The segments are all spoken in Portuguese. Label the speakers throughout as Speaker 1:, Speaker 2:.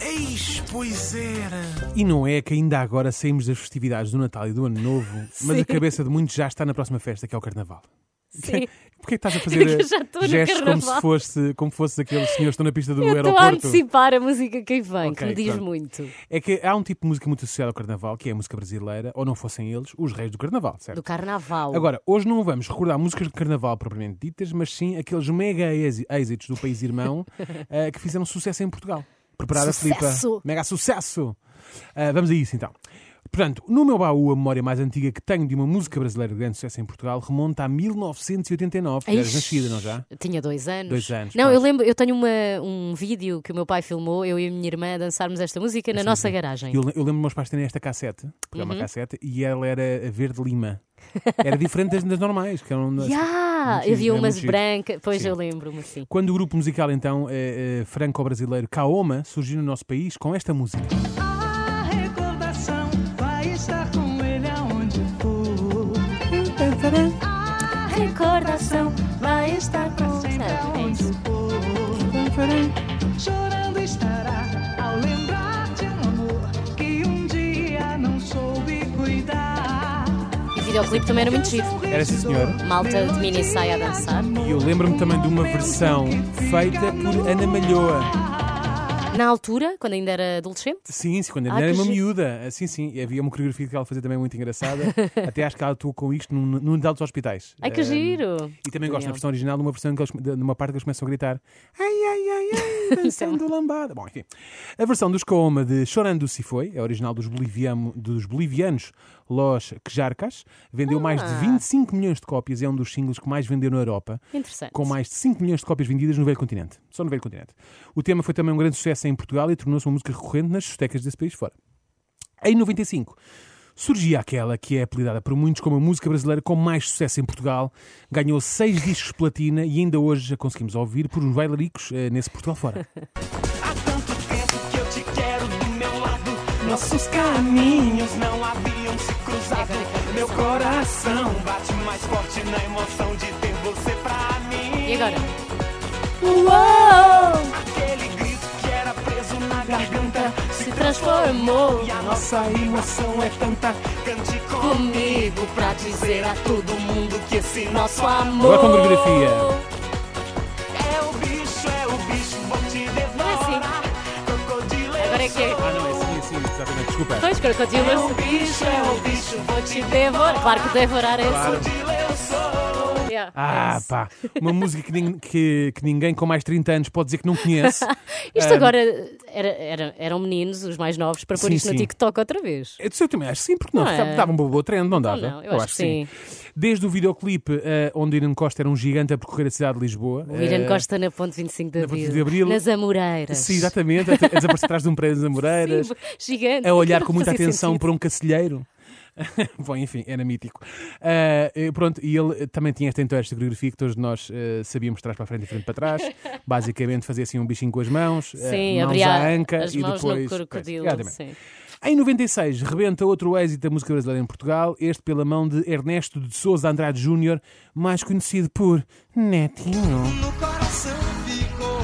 Speaker 1: Eis, pois era.
Speaker 2: E não é que ainda agora saímos das festividades do Natal e do Ano Novo, mas a
Speaker 3: Sim.
Speaker 2: cabeça de muitos já está na próxima festa, que é o Carnaval.
Speaker 3: Sim.
Speaker 2: Porquê que estás a
Speaker 3: Eu
Speaker 2: fazer
Speaker 3: já estou no
Speaker 2: gestos como se,
Speaker 3: Carnaval.
Speaker 2: fosse, como fosse aqueles senhores que estão na pista do
Speaker 3: Eu estou a
Speaker 2: aeroporto?
Speaker 3: antecipar a música que aí vem, que
Speaker 2: Ok,
Speaker 3: me diz
Speaker 2: pronto.
Speaker 3: muito.
Speaker 2: É que há um tipo de música muito associada ao Carnaval, que é a música brasileira, ou não fossem eles, os reis do Carnaval, certo?
Speaker 3: Do carnaval.
Speaker 2: Agora, hoje não vamos recordar músicas de carnaval propriamente ditas, mas sim aqueles mega êxi- êxitos do país irmão eh, que fizeram sucesso em Portugal. Preparada, Filipa?
Speaker 3: Sucesso!
Speaker 2: Mega sucesso! Ah, vamos a isso então. Portanto, no meu baú, a memória mais antiga que tenho de uma música brasileira de grande sucesso em Portugal remonta a 1989. Já eras
Speaker 3: Ixi,
Speaker 2: nascida, não já?
Speaker 3: Tinha dois anos.
Speaker 2: Dois anos,
Speaker 3: Não,
Speaker 2: pronto.
Speaker 3: eu lembro, eu tenho uma, um vídeo que o meu pai filmou, eu e a minha irmã a dançarmos esta música na nossa garagem.
Speaker 2: Eu,
Speaker 3: Uhum.
Speaker 2: le- eu lembro dos meus pais terem esta cassete, porque é uma cassete, e ela era a verde lima. Era diferente das, das normais, que eram.
Speaker 3: Yeah!
Speaker 2: Muito giro,
Speaker 3: Havia
Speaker 2: é
Speaker 3: umas
Speaker 2: muito giro.
Speaker 3: brancas, pois
Speaker 2: Sim.
Speaker 3: eu lembro-me assim.
Speaker 2: Quando o grupo musical então eh, eh, franco-brasileiro Kaoma surgiu no nosso país com esta música.
Speaker 4: A recordação vai estar com ele aonde for. A
Speaker 3: Recordação vai estar
Speaker 4: recordação sempre
Speaker 3: é
Speaker 4: aonde for. Chorando estará ao lembrar de um amor que um dia não soube cuidar.
Speaker 3: E o videoclipe também era muito giro.
Speaker 2: Era sim, senhora.
Speaker 3: Malta de mini saia a dançar.
Speaker 2: E eu lembro-me também de uma versão feita por Ana Malhoa.
Speaker 3: Na altura, quando ainda era adolescente,
Speaker 2: Sim, sim, quando
Speaker 3: Ah,
Speaker 2: ela era
Speaker 3: que
Speaker 2: uma
Speaker 3: giro.
Speaker 2: miúda. Ah, Sim, sim. E havia uma coreografia que ela fazia também muito engraçada. Até acho que ela atuou com isto num, num dos hospitais.
Speaker 3: ai que
Speaker 2: Ah,
Speaker 3: giro!
Speaker 2: E também gosto da
Speaker 3: Genial.
Speaker 2: versão original de uma versão em que eles, de de uma parte que eles começam a gritar Ai, ai, ai, ai,
Speaker 3: Então.
Speaker 2: dançando lambada. Bom, enfim. A versão dos Cooma de Chorando Se Foi, é original dos, boliviamo- dos bolivianos Los Quejarcas, vendeu mais de
Speaker 3: Ah.
Speaker 2: 25 milhões de cópias e é um dos singles que mais vendeu na Europa.
Speaker 3: Interessante.
Speaker 2: com mais de 5 milhões de cópias vendidas no Velho Continente. Só no Velho Continente. O tema foi também um grande sucesso em Portugal e tornou-se uma música recorrente nas discotecas desse país fora. Em 95, surgia aquela que é apelidada por muitos como a música brasileira com mais sucesso em Portugal. Ganhou 6 discos de platina e ainda hoje a conseguimos ouvir por uns bailaricos eh, nesse Portugal fora.
Speaker 1: Há tanto tempo que eu te quero do meu lado. Nossos caminhos não haviam se cruzado. Meu coração bate mais forte na emoção de ter você pra mim.
Speaker 3: E agora?
Speaker 1: Aquele grito que era preso na garganta
Speaker 3: Se transformou
Speaker 1: E a nossa emoção é tanta. Cante comigo pra dizer a todo mundo que esse nosso
Speaker 3: nosso amor.
Speaker 1: amor.
Speaker 2: Agora com coreografia.
Speaker 1: É o bicho, é o bicho, vou te devorar. Crocodilo, eu
Speaker 3: é assim. Agora é que é.
Speaker 1: sou.
Speaker 2: Ah, não, é sim, é sim, exatamente. Desculpa.
Speaker 3: Pois,
Speaker 1: É o
Speaker 3: crocodilos.
Speaker 1: bicho, é o bicho, vou te
Speaker 3: Devorar.
Speaker 1: devorar.
Speaker 3: um Claro que devorar é isso.
Speaker 1: Crocodilo, eu sou.
Speaker 3: Yeah. É
Speaker 2: Ah, pá, uma música que, nin- que- que ninguém com mais de 30 anos pode dizer que não conhece.
Speaker 3: assim. Isto agora era, era- eram meninos, os mais novos, para pôr
Speaker 2: é. Sim,
Speaker 3: isto
Speaker 2: sim.
Speaker 3: no TikTok outra vez.
Speaker 2: Eu disse, eu também acho que sim, porque não,
Speaker 3: Não é?
Speaker 2: dava um bobo trend, não dava?
Speaker 3: não, eu acho que
Speaker 2: Desde o videoclipe eh, onde Irene Costa era um gigante a percorrer a cidade de Lisboa.
Speaker 3: O Irene
Speaker 2: eh,
Speaker 3: Costa na ponte 25 de
Speaker 2: na Ponte
Speaker 3: Abril.
Speaker 2: de Abril.
Speaker 3: Nas Amoreiras.
Speaker 2: Sim, exatamente, a, a desaparecer atrás de um prédio das Amoreiras,
Speaker 3: Sim, gigante.
Speaker 2: a olhar
Speaker 3: Não
Speaker 2: com muita
Speaker 3: fazia
Speaker 2: atenção
Speaker 3: sentido.
Speaker 2: para um cacilheiro. Bom, enfim, era mítico. Ah, eh, pronto, e ele eh, também tinha esta, então, esta coreografia que todos nós eh, sabíamos de trás para a frente e de frente para trás. Basicamente fazia assim um bichinho com as mãos, eh,
Speaker 3: Sim,
Speaker 2: mãos
Speaker 3: abria
Speaker 2: à anca
Speaker 3: as
Speaker 2: e
Speaker 3: mãos
Speaker 2: depois.
Speaker 3: no crocodilo.
Speaker 2: Exatamente.
Speaker 3: sim.
Speaker 2: Em 96, rebenta outro êxito da música brasileira em Portugal, este pela mão de Ernesto de Souza Andrade Júnior, mais conhecido por Netinho.
Speaker 1: No coração ficou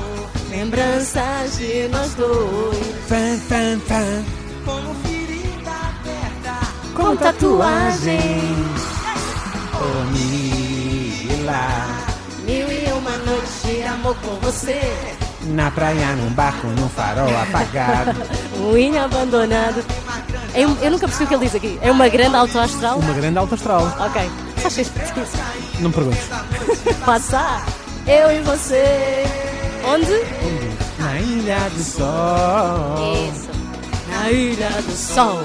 Speaker 3: Lembranças de nós dois,
Speaker 2: Tan, tan, tan.
Speaker 1: como ferida aberta.
Speaker 3: com tatuagem. Mil e uma noites de amor com você.
Speaker 2: Na praia, num barco, num farol apagado.
Speaker 3: Um hino abandonado. É um- eu nunca percebi o que ele diz aqui. É uma grande autoastral?
Speaker 2: Uma grande alta astral.
Speaker 3: Ok. Faz sentido.
Speaker 2: Não me perguntes.
Speaker 3: Passar. Eu e você. Onde?
Speaker 2: Na ilha do sol.
Speaker 3: Isso. Na Ilha do Sol.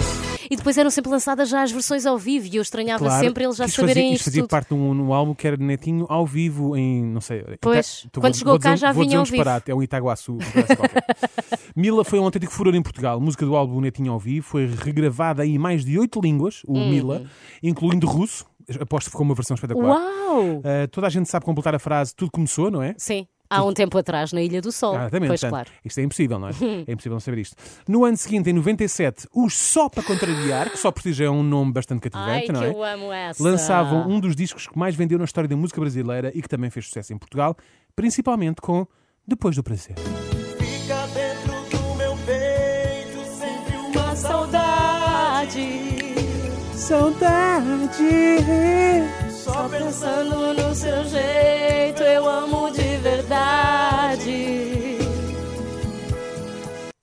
Speaker 3: E depois eram sempre lançadas já as versões ao vivo e eu estranhava sempre eles já
Speaker 2: isto
Speaker 3: saberem
Speaker 2: fazia,
Speaker 3: isto.
Speaker 2: fazia
Speaker 3: tudo.
Speaker 2: parte de um, de um álbum que era de Netinho ao vivo em, não sei...
Speaker 3: Pois,
Speaker 2: tu-
Speaker 3: quando
Speaker 2: vou-
Speaker 3: chegou
Speaker 2: vou
Speaker 3: cá
Speaker 2: dizer,
Speaker 3: já
Speaker 2: vou dizer
Speaker 3: vinha
Speaker 2: um
Speaker 3: ao vivo.
Speaker 2: disparate, é um Itaguaçu. um Itaguaçu qualquer. Mila foi um autêntico furor em Portugal. A música do
Speaker 3: Hum.
Speaker 2: álbum Netinho ao vivo foi regravada em mais de oito línguas, o Mila, incluindo russo, Aposto que ficou uma versão espetacular.
Speaker 3: Uau!
Speaker 2: Uh, toda a gente sabe completar a frase Tudo começou, não é?
Speaker 3: Sim, há um tempo atrás, na Ilha do Sol.
Speaker 2: Exatamente.
Speaker 3: Pois,
Speaker 2: portanto,
Speaker 3: claro.
Speaker 2: Isto é impossível, não é? É impossível não saber isto. No ano seguinte, em 97, os Só para Contrariar, que só por si já é um nome bastante
Speaker 3: Ai,
Speaker 2: cativante,
Speaker 3: que
Speaker 2: não é?
Speaker 3: eu amo essa.
Speaker 2: lançavam um dos discos que mais vendeu na história da música brasileira e que também fez sucesso em Portugal, principalmente com Depois do Prazer.
Speaker 5: Fica dentro do meu peito sempre uma saudade.
Speaker 2: Saudade!
Speaker 5: Só pensando no seu jeito, eu amo de verdade.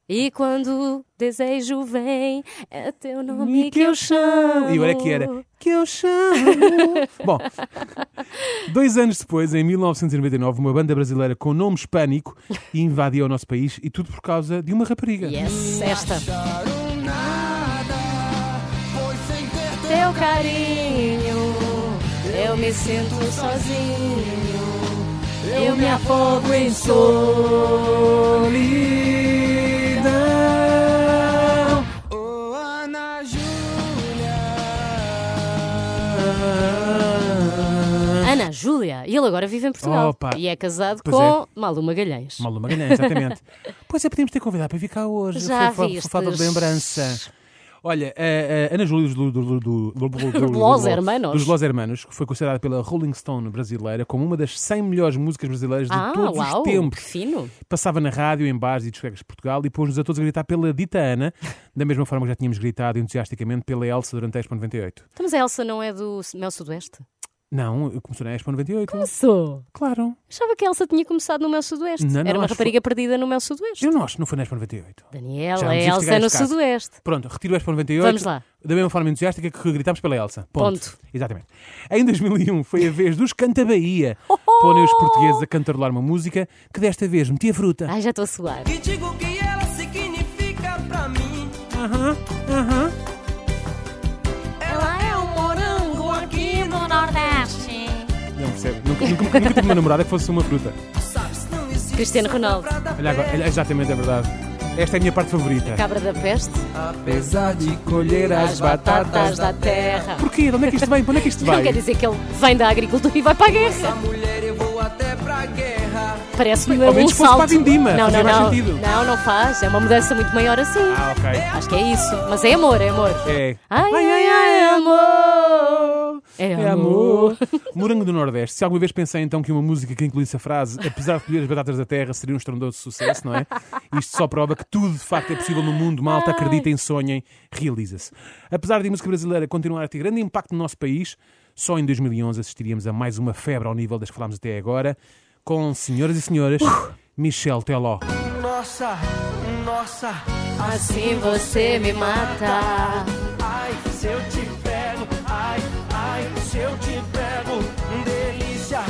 Speaker 3: E quando o desejo vem, é teu nome que eu chamo.
Speaker 2: E olha que era. Que eu chamo. Bom, dois anos depois, em 1999, uma banda brasileira com nome hispânico invadiu o nosso país e tudo por causa de uma rapariga.
Speaker 3: Yes, esta.
Speaker 5: Foi sem ter teu carinho, eu me sinto sozinho. Eu me afogo em solidão. Oh, Ana Júlia.
Speaker 3: Ana Júlia. E ele agora vive em Portugal.
Speaker 2: Opa.
Speaker 3: E é casado
Speaker 2: Pois
Speaker 3: com Malu Magalhães.
Speaker 2: Malu Magalhães, exatamente. pois é, podíamos ter convidado para vir cá hoje. foi,
Speaker 3: Já
Speaker 2: foi, foi
Speaker 3: vistes.
Speaker 2: falta de lembrança. Olha, a, a Ana Júlia do, do, do, do, do, do- do-
Speaker 3: Los Hermanos.
Speaker 2: dos Los Hermanos, que foi considerada pela Rolling Stone brasileira como uma das 100 melhores músicas brasileiras de
Speaker 3: Ah,
Speaker 2: todos
Speaker 3: uau,
Speaker 2: os tempos.
Speaker 3: que fino.
Speaker 2: Passava na rádio, em bares e discotecas de Portugal e pôs-nos a todos a gritar pela dita Ana, da mesma forma que já tínhamos gritado entusiasticamente pela Elsa durante a Expo 98.
Speaker 3: Então, mas a Elsa não é do Mel Sudoeste?
Speaker 2: Não, eu comecei na Expo 98.
Speaker 3: assim? Sou.
Speaker 2: Claro.
Speaker 3: Achava que a Elsa tinha começado no Mel Sudoeste.
Speaker 2: Não, não,
Speaker 3: Era uma
Speaker 2: acho que
Speaker 3: rapariga perdida no Mel Sudoeste.
Speaker 2: Eu não acho que não foi na Expo 98. Já
Speaker 3: Daniela,
Speaker 2: nos
Speaker 3: a Elsa é
Speaker 2: investigaste
Speaker 3: no
Speaker 2: caso.
Speaker 3: Sudoeste.
Speaker 2: Pronto, retiro o Expo 98.
Speaker 3: Vamos lá.
Speaker 2: Da mesma forma entusiástica que gritámos pela Elsa. Ponto.
Speaker 3: Ponto.
Speaker 2: Exatamente. Em 2001 foi a vez dos Canta Bahia.
Speaker 3: Oh!
Speaker 2: Põem os portugueses a cantarolar uma música que desta vez metia fruta.
Speaker 3: Ai, já estou a suar.
Speaker 5: E digo o que ela significa pra mim.
Speaker 2: Aham, aham.
Speaker 5: Ela é um morango aqui no Nordeste.
Speaker 3: Ah.
Speaker 2: Não percebe. Nunca, nunca, nunca, nunca tive uma namorada que fosse uma fruta.
Speaker 5: Sabe-se não existe
Speaker 3: Cristiano Ronaldo.
Speaker 5: a cabra da
Speaker 2: Olha agora, olha, exatamente, é verdade. Esta é a minha parte favorita.
Speaker 3: Cabra da peste.
Speaker 5: Apesar de
Speaker 2: Colher as
Speaker 3: Batatas da terra.
Speaker 2: Porquê? De onde é que isto vem? Para onde é que isto
Speaker 3: Não
Speaker 2: vai?
Speaker 3: quer dizer que ele vem da agricultura e vai para a guerra.
Speaker 5: essa mulher eu vou até pra guerra.
Speaker 3: Parece-me
Speaker 2: Ao
Speaker 3: um
Speaker 2: menos fosse
Speaker 3: salto.
Speaker 2: para a Vindima,
Speaker 3: não,
Speaker 2: fazia
Speaker 3: não,
Speaker 2: mais
Speaker 3: não.
Speaker 2: sentido.
Speaker 3: Não, não faz. É uma mudança muito maior assim.
Speaker 2: Ah, ok.
Speaker 3: Acho que é isso. Mas é amor, é amor.
Speaker 2: É.
Speaker 3: Ai, ai, ai, amor.
Speaker 2: É
Speaker 3: É
Speaker 2: amor. Morango do Nordeste. Se alguma vez pensei então que uma música que incluísse a frase apesar de colher as batatas da terra seria um estrondoso sucesso, não é? Isto só prova que tudo de facto é possível no mundo. Malta, acreditem, sonhem, realiza-se. Apesar de a música brasileira continuar a ter grande impacto no nosso país, só em 2011 assistiríamos a mais uma febre ao nível das que falámos até agora, com, senhoras e senhores,
Speaker 3: Uh.
Speaker 2: Michel Teló.
Speaker 1: Nossa, nossa,
Speaker 3: Assim você me mata.
Speaker 1: ai, se eu te pego, ai, ai, se eu te pego, delícia,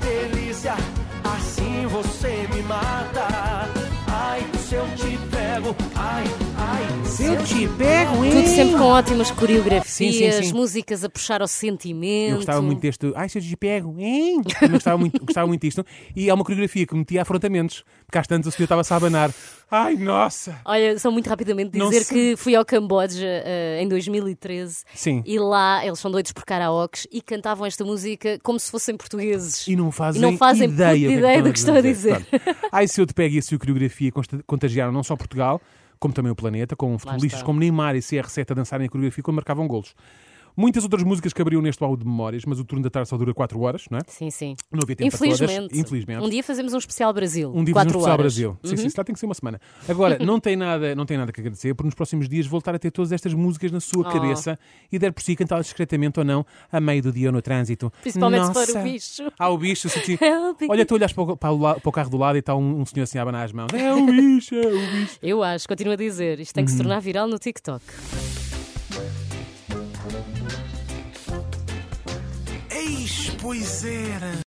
Speaker 1: delícia, assim você me mata. Ai, se eu te pego, ai, ai, se eu te pego,
Speaker 3: Tudo sempre com ótimas coreografias,
Speaker 2: Sim, sim, sim.
Speaker 3: músicas a puxar ao sentimento.
Speaker 2: Eu gostava muito deste. Ai, se eu te pego, hein? Também gostava muito, gostava muito disto. E há uma coreografia que metia afrontamentos, porque às tantas o senhor estava-se a abanar. Ai, nossa!
Speaker 3: Olha, só muito rapidamente
Speaker 2: Não
Speaker 3: dizer
Speaker 2: sei.
Speaker 3: que fui ao Camboja eh, em 2013
Speaker 2: Sim.
Speaker 3: e lá eles são doidos por karaokes e cantavam esta música como se fossem portugueses.
Speaker 2: E não fazem,
Speaker 3: não fazem
Speaker 2: ideia,
Speaker 3: puta ideia do que estão a dizer.
Speaker 2: Pronto. Ai, se eu te pego e a sua coreografia consta- contagiaram não só Portugal, como também o planeta, com futebolistas
Speaker 3: está.
Speaker 2: como Neymar e CR7 a dançarem a coreografia quando marcavam golos. Muitas outras músicas que abriam neste álbum de memórias, mas o turno da tarde só dura 4 horas, não é?
Speaker 3: Sim, sim.
Speaker 2: Não havia tempo para
Speaker 3: Infelizmente,
Speaker 2: todas. Infelizmente.
Speaker 3: Um dia fazemos um especial Brasil.
Speaker 2: Um dia
Speaker 3: quatro
Speaker 2: vamos ao
Speaker 3: horas. Uhum.
Speaker 2: Brasil. Sim, sim, isso lá tem que ser uma semana. Agora, não tem nada, não tem nada que agradecer por nos próximos dias voltar a ter todas estas músicas na sua
Speaker 3: Oh.
Speaker 2: cabeça e der por si cantá-las discretamente ou não, a meio do dia ou no trânsito.
Speaker 3: Principalmente se for o
Speaker 2: Nossa!
Speaker 3: bicho. É
Speaker 2: Ah, o bicho, se te...
Speaker 3: Help me.
Speaker 2: Olha, tu olhas para o, para o la- para o carro do lado e está um, um senhor assim a abanar as mãos. É o bicho, é o bicho.
Speaker 3: Eu acho, continuo a dizer, isto tem que se tornar viral no TikTok.
Speaker 1: Eis, pois era.